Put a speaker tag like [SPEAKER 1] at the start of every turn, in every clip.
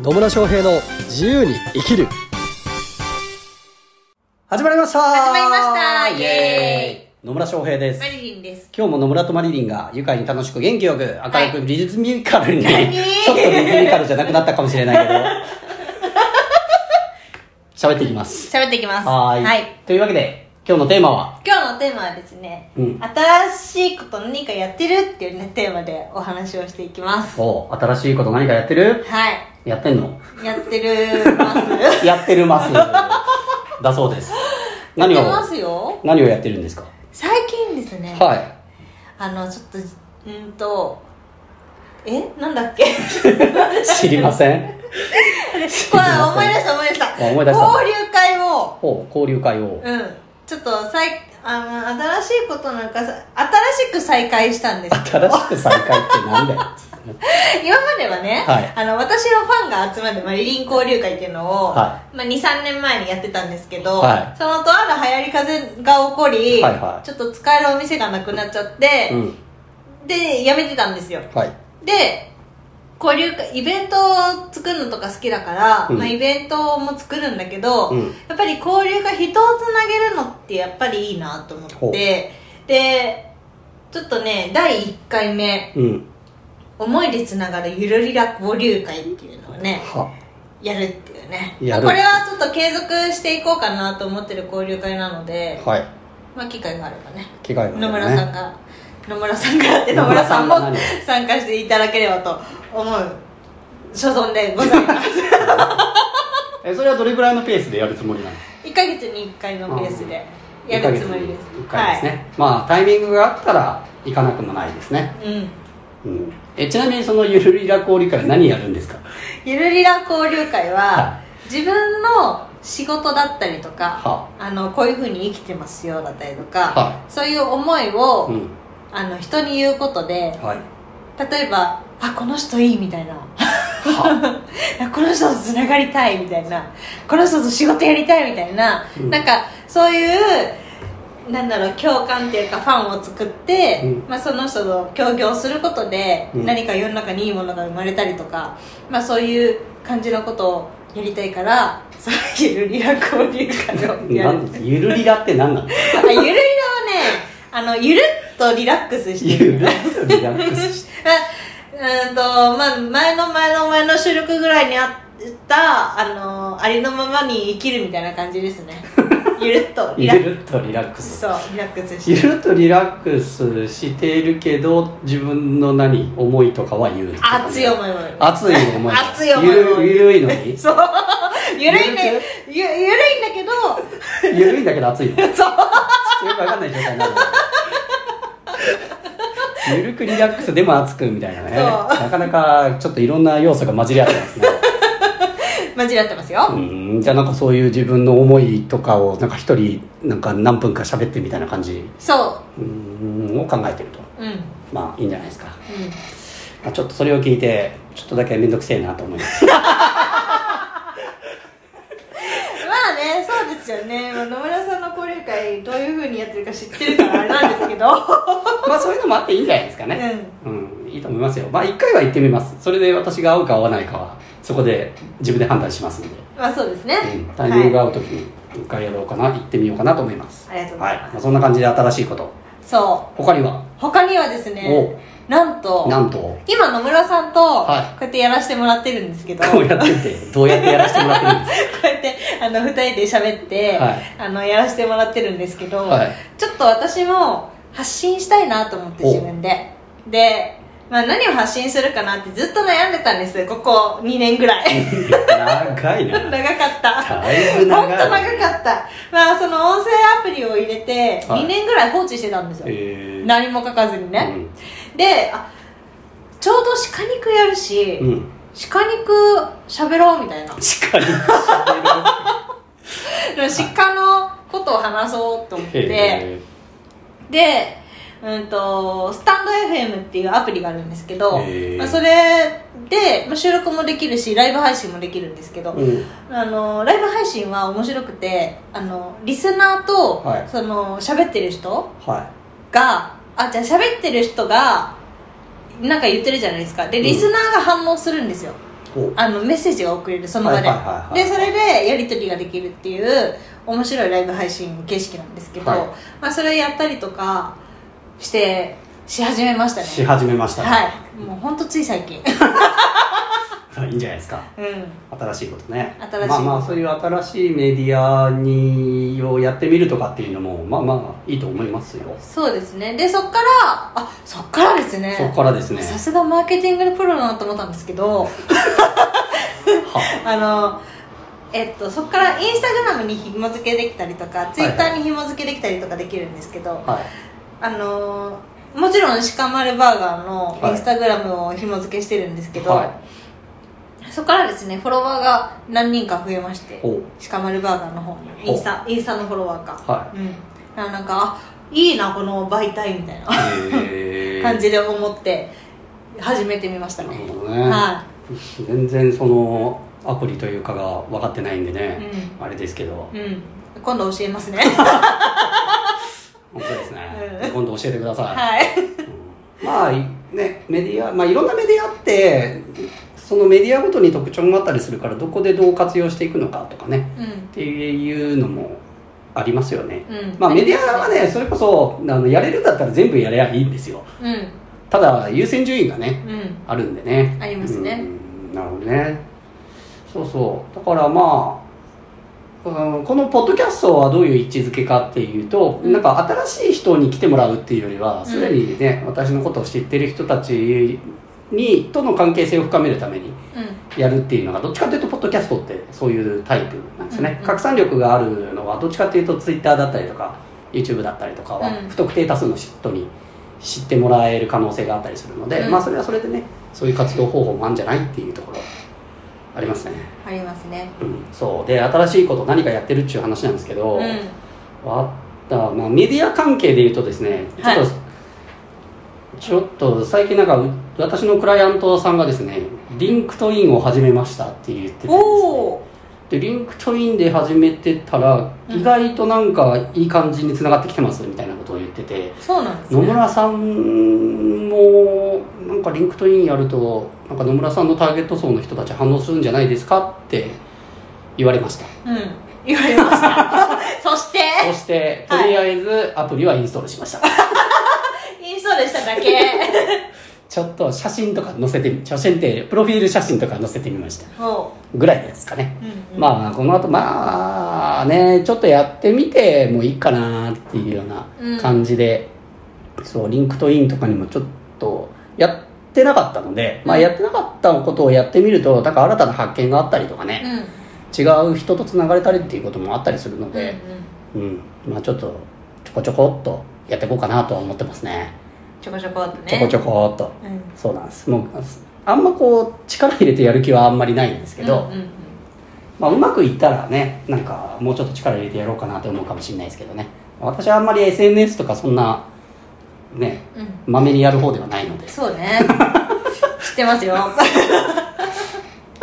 [SPEAKER 1] 野村翔平の自由に生きる始まりました
[SPEAKER 2] 始まりましたイエ
[SPEAKER 1] ーイ野村翔平です
[SPEAKER 2] マリリンです。
[SPEAKER 1] 今日も野村とマリリンが愉快に楽しく元気よく明る
[SPEAKER 2] は
[SPEAKER 1] くリズミカルに、
[SPEAKER 2] 何
[SPEAKER 1] ちょっとリズミカルじゃなくなったかもしれないけ ど喋っていきます
[SPEAKER 2] 喋っていきます。
[SPEAKER 1] はーいというわけで今日のテーマは
[SPEAKER 2] 今日のテーマはですね、
[SPEAKER 1] うん
[SPEAKER 2] 新しいこと何かやってるっていうね、テーマでお話をしていきます。
[SPEAKER 1] お新しいこと何かやってる
[SPEAKER 2] はい。
[SPEAKER 1] やってんの
[SPEAKER 2] やってるます。
[SPEAKER 1] やってる ますだそうです 何
[SPEAKER 2] や
[SPEAKER 1] を
[SPEAKER 2] ってますよ。
[SPEAKER 1] 何をやってるんですか
[SPEAKER 2] 最近ですね、
[SPEAKER 1] はい
[SPEAKER 2] あの、ちょっと、うーんと、えなんだっけ
[SPEAKER 1] 知りません
[SPEAKER 2] これ思い出した思い出した。
[SPEAKER 1] あ思い出した
[SPEAKER 2] 交流会を、
[SPEAKER 1] お交流会を
[SPEAKER 2] うん。ちょっと、さいあの、新しいことなんかさ、新しく再開したんですけど
[SPEAKER 1] 新しく再開ってなんだよ
[SPEAKER 2] 今まではね、
[SPEAKER 1] はい
[SPEAKER 2] あの私のファンが集まるマリリン交流会っていうのを、
[SPEAKER 1] は
[SPEAKER 2] まあ、23年前にやってたんですけど、
[SPEAKER 1] はい
[SPEAKER 2] そのとある流行り風が起こり、
[SPEAKER 1] はいはい
[SPEAKER 2] ちょっと使えるお店がなくなっちゃって、
[SPEAKER 1] うん
[SPEAKER 2] でやめてたんですよ
[SPEAKER 1] はい
[SPEAKER 2] で交流会イベントを作るのとか好きだから、
[SPEAKER 1] うん
[SPEAKER 2] まあ、イベントも作るんだけど、
[SPEAKER 1] うん
[SPEAKER 2] やっぱり交流が人をつなげるのってやっぱりいいなと思
[SPEAKER 1] ほ
[SPEAKER 2] っ
[SPEAKER 1] う
[SPEAKER 2] てでちょっとね第1回目
[SPEAKER 1] うん
[SPEAKER 2] 思いでつながるゆるりら交流会っていうのをね
[SPEAKER 1] は
[SPEAKER 2] やるっていうね
[SPEAKER 1] やる
[SPEAKER 2] まあこれはちょっと継続していこうかなと思ってる交流会なので、
[SPEAKER 1] はい
[SPEAKER 2] まあ機会があればね
[SPEAKER 1] 機会が
[SPEAKER 2] 野
[SPEAKER 1] あれば
[SPEAKER 2] 村さん
[SPEAKER 1] ね
[SPEAKER 2] が野村さんがって
[SPEAKER 1] 野
[SPEAKER 2] 野
[SPEAKER 1] 村
[SPEAKER 2] 村
[SPEAKER 1] さ
[SPEAKER 2] さ
[SPEAKER 1] ん
[SPEAKER 2] ん
[SPEAKER 1] が
[SPEAKER 2] も
[SPEAKER 1] 何
[SPEAKER 2] 参加していただければと思う所存でござい ます
[SPEAKER 1] えそれはどれぐらいのペースでやるつもりなの
[SPEAKER 2] 1ヶ月に1回のペースでやるつもりです
[SPEAKER 1] 1回ですね、まあタイミングがあったら行かなくもないですね、
[SPEAKER 2] はい、うん
[SPEAKER 1] うん、えちなみにそのゆるりら交流会何やるんですか
[SPEAKER 2] ゆるりら交流会
[SPEAKER 1] は
[SPEAKER 2] は自分の仕事だったりとか、
[SPEAKER 1] は
[SPEAKER 2] あのこういうふうに生きてますよだったりとか、
[SPEAKER 1] は
[SPEAKER 2] そういう思いを、
[SPEAKER 1] うん
[SPEAKER 2] あの人に言うことで
[SPEAKER 1] はい
[SPEAKER 2] 例えば「あこの人いい」みたいな
[SPEAKER 1] は
[SPEAKER 2] あ「この人とつながりたい」みたいな「この人と仕事やりたい」みたいな、
[SPEAKER 1] うん
[SPEAKER 2] なんかそういうなんだろう共感っていうかファンを作って、
[SPEAKER 1] うん
[SPEAKER 2] まあ、その人と協業することで、
[SPEAKER 1] うん
[SPEAKER 2] 何か世の中にいいものが生まれたりとか、まあ、そういう感じのことをやりたいからそういうリラ交流会をや
[SPEAKER 1] な
[SPEAKER 2] る
[SPEAKER 1] んでゆるりらって何なの
[SPEAKER 2] あゆるりらはねあのゆるっとリラックスして
[SPEAKER 1] ゆ
[SPEAKER 2] る
[SPEAKER 1] るっとリラックスして
[SPEAKER 2] えっとまあ、前の前の前の収録ぐらいにあったあのありのままに生きるみたいな感じですね ゆるっとリ
[SPEAKER 1] ゆ
[SPEAKER 2] ラック
[SPEAKER 1] るっとリラック
[SPEAKER 2] ス
[SPEAKER 1] ス
[SPEAKER 2] そうリラックスして
[SPEAKER 1] ゆるっとリラックスしているけど自分の何思いとかは言うって感じ
[SPEAKER 2] 熱い思いを
[SPEAKER 1] 熱い思い
[SPEAKER 2] 熱い思いを
[SPEAKER 1] ゆるゆるいの に
[SPEAKER 2] そうゆるいねゆゆるいんだ
[SPEAKER 1] ゆるいんだけど熱いの
[SPEAKER 2] けどそう
[SPEAKER 1] よくわかんない状態になるのゆるくリラックスでも熱くみたいなね
[SPEAKER 2] そ
[SPEAKER 1] なかなかちょっといろんな要素が混じり合ってますね
[SPEAKER 2] 間違ってます
[SPEAKER 1] う
[SPEAKER 2] よ
[SPEAKER 1] ーんじゃあなんかそういう自分の思いとかをなんか一人なんか何分か喋ってみたいな感じ
[SPEAKER 2] そう
[SPEAKER 1] ーんを考えてると
[SPEAKER 2] ううんうん
[SPEAKER 1] まあいいんじゃないですか、まあ、ちょっとそれを聞いてちょっとだけ面倒くせえなと思います
[SPEAKER 2] まあねそうですよねまあ野村さんの交流会どういうふうにやってるか知ってるからあれなんですけ ど
[SPEAKER 1] まあそういうのもあっていいんじゃないですか ね
[SPEAKER 2] うん
[SPEAKER 1] うんいいと思いますよまあ一回は行ってみますそれで私が合うか合わないかはそこで自分で判断しますので
[SPEAKER 2] まあそうですね、
[SPEAKER 1] タイミングが合う時に一回やろうかな、行ってみようかなと思います
[SPEAKER 2] ありがとうご
[SPEAKER 1] は
[SPEAKER 2] ざ
[SPEAKER 1] い、
[SPEAKER 2] います
[SPEAKER 1] まあ、そんな感じで新しいこと
[SPEAKER 2] そ
[SPEAKER 1] 他には
[SPEAKER 2] う、他にはですねなんと
[SPEAKER 1] おなんとこ
[SPEAKER 2] 今野村さんとこ
[SPEAKER 1] は
[SPEAKER 2] うやってやらせてもらってるんですけど、
[SPEAKER 1] う
[SPEAKER 2] こ
[SPEAKER 1] やっててどうやってやらせてもらってるんです
[SPEAKER 2] うやってあの2人で喋って、
[SPEAKER 1] はい
[SPEAKER 2] あのやらせてもらってるんですけど、
[SPEAKER 1] かはい
[SPEAKER 2] ちょっと私も発信したいなと思って
[SPEAKER 1] お
[SPEAKER 2] 自分でで、まあ、何を発信するかなってずっと悩んでたんですここ2年ぐらい
[SPEAKER 1] 長い
[SPEAKER 2] 長
[SPEAKER 1] な
[SPEAKER 2] かった
[SPEAKER 1] だい
[SPEAKER 2] 本
[SPEAKER 1] ぶ
[SPEAKER 2] 当
[SPEAKER 1] 長い
[SPEAKER 2] 長かったまあその音声アプリを入れて
[SPEAKER 1] はい
[SPEAKER 2] 2年ぐらい放置してたんですよ、
[SPEAKER 1] えー、
[SPEAKER 2] 何も書かずにね、
[SPEAKER 1] うん
[SPEAKER 2] であちょうど鹿肉やるし、
[SPEAKER 1] うん
[SPEAKER 2] 鹿肉喋ろうみたい な
[SPEAKER 1] しっかり喋
[SPEAKER 2] 鹿のことを話そうと思 っ
[SPEAKER 1] る
[SPEAKER 2] て
[SPEAKER 1] え
[SPEAKER 2] で、うん、とスタンド FM っていうアプリがあるんですけど、
[SPEAKER 1] へー
[SPEAKER 2] まあ、それで、まあ、収録もできるしライブ配信もできるんですけど、
[SPEAKER 1] ーうん
[SPEAKER 2] あのライブ配信は面白くてあのリスナーと、
[SPEAKER 1] はい
[SPEAKER 2] その喋ってる人
[SPEAKER 1] は
[SPEAKER 2] があじゃあ喋ってる人がなんか言ってるじゃないですかでリスナーが反応するんですよ、
[SPEAKER 1] いお
[SPEAKER 2] あのメッセージが送れるその場で、
[SPEAKER 1] はいはいはいはい
[SPEAKER 2] でそれでやり取りができるっていう面白いライブ配信形式なんですけど、
[SPEAKER 1] はい
[SPEAKER 2] まあ、それをやったりとかしてし始めましたね
[SPEAKER 1] し始めました、
[SPEAKER 2] はいもうほんとつい最 近
[SPEAKER 1] い、いんじゃないですか
[SPEAKER 2] うん
[SPEAKER 1] 新しいことね
[SPEAKER 2] 新しいこと
[SPEAKER 1] まあまあそういう新しいメディアにをやってみるとかっていうのもまあまあいいと思いますよ、
[SPEAKER 2] そうですねでそっからあそっからですね
[SPEAKER 1] そこからですね
[SPEAKER 2] さすがマーケティングのプロだなと思ったんです けど
[SPEAKER 1] は
[SPEAKER 2] あのえっと、そこからインスタグラムに紐付けできたりとかツイッターに紐付けできたりとかできるんですけど、
[SPEAKER 1] はい
[SPEAKER 2] あのーもちろん鹿丸バーガーの
[SPEAKER 1] はい
[SPEAKER 2] インスタグラムを紐付けしてるんですけど、
[SPEAKER 1] は
[SPEAKER 2] そこからですねフォロワーが何人か増えまして
[SPEAKER 1] いお
[SPEAKER 2] 鹿丸バーガーの方にインスタインスタのフォロワーか
[SPEAKER 1] は
[SPEAKER 2] うんあなんかあいいなこの媒体みたいない
[SPEAKER 1] へー
[SPEAKER 2] 感じで思って始めてみました
[SPEAKER 1] なる
[SPEAKER 2] ね、
[SPEAKER 1] ほどね、
[SPEAKER 2] は
[SPEAKER 1] 全然そのアプリというかが分かってないんで
[SPEAKER 2] い、
[SPEAKER 1] ね、あれですけど
[SPEAKER 2] うん、うん、今度教えますね
[SPEAKER 1] 本当ですね、
[SPEAKER 2] うん
[SPEAKER 1] 今度教えてください、
[SPEAKER 2] はい
[SPEAKER 1] うんまあいねメディアまあいろんなメディアってそのメディアごとに特徴があったりするからどこでどう活用していくのかとかね
[SPEAKER 2] うん
[SPEAKER 1] っていうのもありますよね
[SPEAKER 2] うん
[SPEAKER 1] まあメディアはねそれこそあのやれるんだったら全部やればいいんですよ
[SPEAKER 2] う
[SPEAKER 1] ただ優先順位がね
[SPEAKER 2] んうん
[SPEAKER 1] あるんでね
[SPEAKER 2] ありますね
[SPEAKER 1] うんなるほどねそうそうだからまあ、うんこのポッドキャストはどういう位置づけかっていうと、
[SPEAKER 2] うん
[SPEAKER 1] なんか新しい人に来てもらうっていうよりは
[SPEAKER 2] ん
[SPEAKER 1] すでにね、私のことを知ってる人たちにとの関係性を深めるために
[SPEAKER 2] うん
[SPEAKER 1] やるっていうのがどっちかというとポッドキャストってそういうタイプなんですね、
[SPEAKER 2] うんうん
[SPEAKER 1] 拡散力があるのはどっちかというとツイッターだったりとか YouTube だったりとかは
[SPEAKER 2] うん
[SPEAKER 1] 不特定多数の人に知ってもらえる可能性があったりするので、
[SPEAKER 2] うん
[SPEAKER 1] まあそれはそれでねそういう活動方法もあるんじゃないっていうところありますね、
[SPEAKER 2] ありますね
[SPEAKER 1] うん、そうで新しいこと何かやってるっていう話なんですけど、
[SPEAKER 2] うん
[SPEAKER 1] あった、まあ、メディア関係で言うとですねちょっと、
[SPEAKER 2] はい
[SPEAKER 1] ちょっと最近なんかう私のクライアントさんがですねリンクトインを始めましたって言っててです、ね、
[SPEAKER 2] おお
[SPEAKER 1] でリンクトインで始めてたら
[SPEAKER 2] うん
[SPEAKER 1] 意外となんかいい感じに繋がってきてますみたいなことを言ってて、
[SPEAKER 2] そうなんです
[SPEAKER 1] 野
[SPEAKER 2] ね
[SPEAKER 1] 村さんもなんかリンクトインやるとなんか野村さんのターゲット層の人たち反応するんじゃないですかって言われました
[SPEAKER 2] うん言われました そして
[SPEAKER 1] そしてと
[SPEAKER 2] はい
[SPEAKER 1] りあえずアプリはインストールしました
[SPEAKER 2] インストールしただ け
[SPEAKER 1] ちょっと写真とか載せてみ写真ってプロフィール写真とか載せてみました
[SPEAKER 2] も
[SPEAKER 1] ぐらいですかね、
[SPEAKER 2] う、うんうん、
[SPEAKER 1] まあこの後まあねちょっとやってみてもいいかなっていうような感じで、そうリンクトインとかにもちょっとやってなかったので、まあ、やってなかったことをやってみるとなんか新たな発見があったりとか
[SPEAKER 2] うん
[SPEAKER 1] ね、
[SPEAKER 2] うん
[SPEAKER 1] 違う人とつながれたりっていうこともあったりするの
[SPEAKER 2] うん
[SPEAKER 1] で、うんまあちょっとちょこちょこっとやっていこうかなとは思ってますね
[SPEAKER 2] ちょこちょこっとね
[SPEAKER 1] ちょこちょこっと。
[SPEAKER 2] うん
[SPEAKER 1] そうなんですもうあんまこう力入れてやる気はあんまりないんですけど、
[SPEAKER 2] うんうんうん
[SPEAKER 1] まあ、うまくいったらねなんかもうちょっと力入れてやろうかなと思うかもしれないですけどね私はあんまり SNS とかそんなね
[SPEAKER 2] うん
[SPEAKER 1] まめにやる方ではないので
[SPEAKER 2] そう ね知ってますよ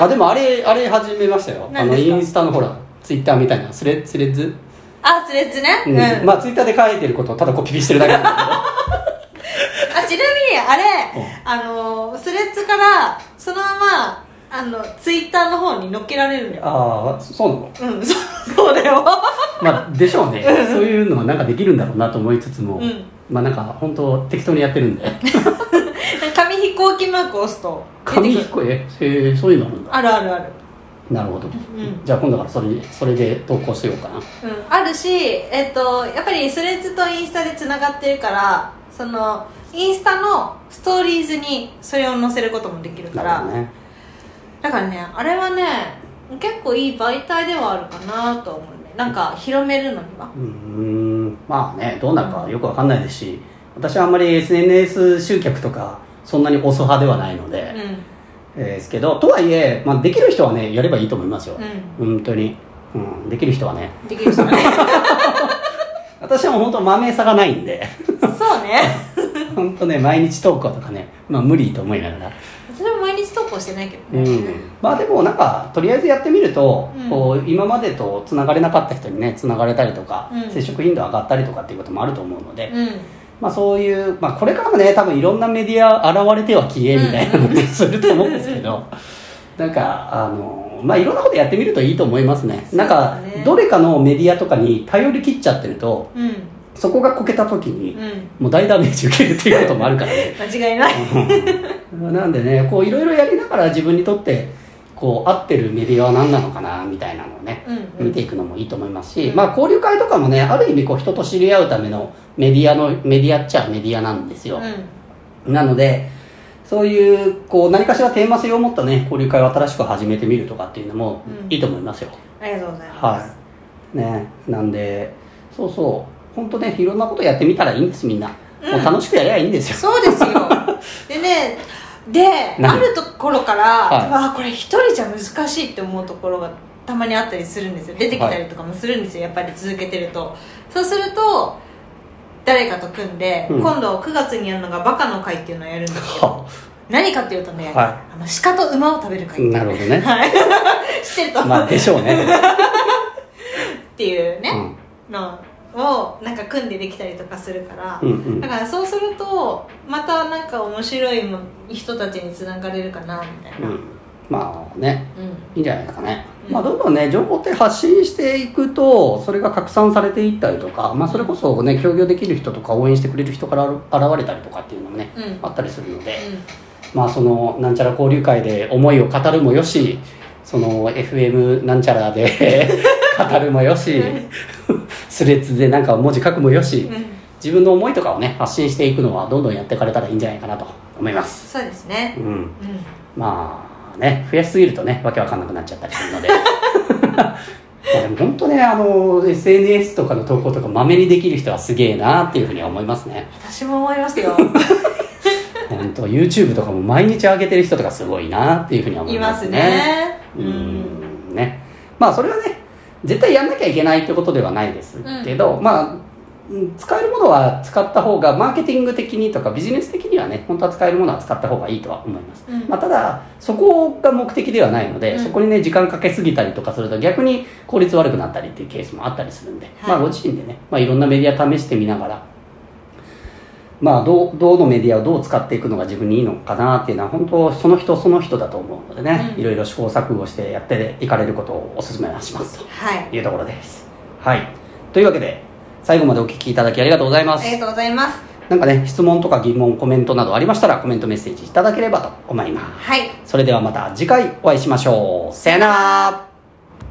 [SPEAKER 1] あでもあれあれ始めましたよあ
[SPEAKER 2] 何
[SPEAKER 1] の
[SPEAKER 2] です
[SPEAKER 1] イ
[SPEAKER 2] か
[SPEAKER 1] ンスタのほらツイッターみたいなスレスレッズ、
[SPEAKER 2] あスレッズね
[SPEAKER 1] う
[SPEAKER 2] うんん、
[SPEAKER 1] まあツイッターで書いてることをただコピーしてるだけなん だ
[SPEAKER 2] あちなみにあれ
[SPEAKER 1] う
[SPEAKER 2] あのスレッズからそのままあのツイッターの方に乗っけられるんだ
[SPEAKER 1] けど
[SPEAKER 2] よ
[SPEAKER 1] ああそうなの
[SPEAKER 2] うん そそうだよ
[SPEAKER 1] まあでしょうねそういうのはなんかできるんだろうなと思いつつも、
[SPEAKER 2] うん
[SPEAKER 1] まあなんか本当適当にやってるんで
[SPEAKER 2] 紙飛行機マークを押すと出
[SPEAKER 1] 紙
[SPEAKER 2] てくる
[SPEAKER 1] 彦えへえそういうのあるんだ
[SPEAKER 2] あるあるある
[SPEAKER 1] なるほど、
[SPEAKER 2] ん
[SPEAKER 1] じゃあ今度からそれそれで投稿しようかな
[SPEAKER 2] うん、あるし、えっとやっぱりスレッズとインスタでつながってるからそのインスタのストーリーズにそれを載せることもできる
[SPEAKER 1] な
[SPEAKER 2] から、
[SPEAKER 1] るほどね
[SPEAKER 2] だからねあれはね結構いい媒体ではあるかなと思うねなんか広めるのには
[SPEAKER 1] うーんまあねどうなるかよくわかんないですし私はあんまり SNS 集客とかそんなに遅派ではないの
[SPEAKER 2] う
[SPEAKER 1] で、
[SPEAKER 2] ん
[SPEAKER 1] えーですけどとはいえ、まあ、できる人はねやればいいと思いますよ、
[SPEAKER 2] う
[SPEAKER 1] 本当に、うん、できる人はね
[SPEAKER 2] んできる人ね
[SPEAKER 1] 私はもう本当豆さがないんで
[SPEAKER 2] そうね
[SPEAKER 1] 本当ね毎日投稿とかね、まあ、無理と思いながら
[SPEAKER 2] それも毎日投稿してないけど
[SPEAKER 1] う
[SPEAKER 2] ね
[SPEAKER 1] ん、まあでもなんかとりあえずやってみると、
[SPEAKER 2] うん
[SPEAKER 1] こう今までとつながれなかった人にねつながれたりとか、
[SPEAKER 2] うん
[SPEAKER 1] 接触頻度上がったりとかっていうこともあると思うので、
[SPEAKER 2] うん
[SPEAKER 1] まあそういう、まあ、 これからもね多分いろんなメディア現れては消えみたいなのをねすると思うんですけど、なんかあのまあいろんなことやってみるといいと思いますね
[SPEAKER 2] すね
[SPEAKER 1] なんかどれかのメディアとかに頼り切っちゃってると
[SPEAKER 2] うん
[SPEAKER 1] そこがこけた時に
[SPEAKER 2] うん
[SPEAKER 1] もう大ダメージ受けるっていうこともあるからね
[SPEAKER 2] 間違いない
[SPEAKER 1] うん なんでねこういろいろやりながら自分にとってこう合ってるメディアは何なのかなみたいなのをね
[SPEAKER 2] うんう
[SPEAKER 1] 見
[SPEAKER 2] ん
[SPEAKER 1] ていくのもいいと思いますし、まあ、交流会とかもねある意味こう人と知り合うためのメディアのメディアっちゃメディアなんですよ、なのでそういうこう何かしらテーマ性を持ったね交流会を新しく始めてみるとかっていうのも
[SPEAKER 2] うん
[SPEAKER 1] いいと思いますよ、
[SPEAKER 2] ありがとうございます、
[SPEAKER 1] はいねなんでそうそう本当ねいろんなことやってみたらいいんですみんな、
[SPEAKER 2] うん
[SPEAKER 1] もう楽しくやりゃいいんですよ
[SPEAKER 2] そうですよでねで
[SPEAKER 1] 何
[SPEAKER 2] あるところから、
[SPEAKER 1] はいう
[SPEAKER 2] わこれ一人じゃ難しいって思うところがたまにあったりするんですよ出てきたりとかもするんですよ、やっぱり続けてるとそうすると誰かと組んで、
[SPEAKER 1] うん
[SPEAKER 2] 今度9月にやるのがバカの会っていうのをやるんですけど
[SPEAKER 1] は
[SPEAKER 2] 何かっていうとね、
[SPEAKER 1] は
[SPEAKER 2] あの鹿と馬を食べる会、
[SPEAKER 1] なるほどね
[SPEAKER 2] はい知ってると、
[SPEAKER 1] まあでしょうね、
[SPEAKER 2] っていうね
[SPEAKER 1] う、ん
[SPEAKER 2] のをなんか組んでできたりとかするから、
[SPEAKER 1] うんうん
[SPEAKER 2] だからそうするとまたなんか面白いも人たちにつながれるかなみたいうな、うん
[SPEAKER 1] ん、まあねいいんじゃないですかね、
[SPEAKER 2] うん
[SPEAKER 1] まあどんどんね情報って発信していくとそれが拡散されていったりとか、まあ、それこそね協業できる人とか応援してくれる人から現れたりとかっていうのもね
[SPEAKER 2] うん
[SPEAKER 1] あったりするので、
[SPEAKER 2] う
[SPEAKER 1] まあそのなんちゃら交流会で思いを語るもよしその FM なんちゃら で語るもよし
[SPEAKER 2] うん
[SPEAKER 1] スレッズでなんか文字書くもよし
[SPEAKER 2] んうん、
[SPEAKER 1] 自分の思いとかをね発信していくのはどんどんやっていかれたらいいんじゃないかなと思います。
[SPEAKER 2] そうですね
[SPEAKER 1] う、ん
[SPEAKER 2] うん
[SPEAKER 1] まあね、増やしすぎるとね、わけわかんなくなっちゃったりするので。 まあでも本当ね、あの、SNS とかの投稿とかまめにできる人はすげえなっていうふうには思いますね。
[SPEAKER 2] 私も思いますよ
[SPEAKER 1] 本当 YouTube とかも毎日上げてる人とかすごいなっていうふうには思
[SPEAKER 2] い
[SPEAKER 1] い
[SPEAKER 2] ま
[SPEAKER 1] ますすね。
[SPEAKER 2] ね
[SPEAKER 1] う、ん、ね。まあそれはね、絶対やんなきゃいけないってことではないですけど、まあ、うん使えるものは使った方が、マーケティング的にとかビジネス的にはね、本当は使えるものは使った方がいいとは思います。
[SPEAKER 2] うん
[SPEAKER 1] まあ、ただそこが目的ではないので、
[SPEAKER 2] うん
[SPEAKER 1] そこにね時間かけすぎたりとかすると逆に効率悪くなったりっていうケースもあったりするんで、
[SPEAKER 2] はい
[SPEAKER 1] まあご自身でね、まあ、いろんなメディア試してみながら、まあ、どうどのメディアをどう使っていくのが自分にいいのかなっていうのは本当その人その人だと思うのでね、
[SPEAKER 2] うん
[SPEAKER 1] いろいろ試行錯誤してやっていかれることをお勧めはします
[SPEAKER 2] はい
[SPEAKER 1] というところです。はい、というわけで最後までお聞きいただきありがとうございま
[SPEAKER 2] あり
[SPEAKER 1] す
[SPEAKER 2] が。とうございます
[SPEAKER 1] なんかね質問とか疑問コメントなどありましたらコメントメッセージいただければと思います。
[SPEAKER 2] はい
[SPEAKER 1] それではまた次回お会いしましょう。さよなら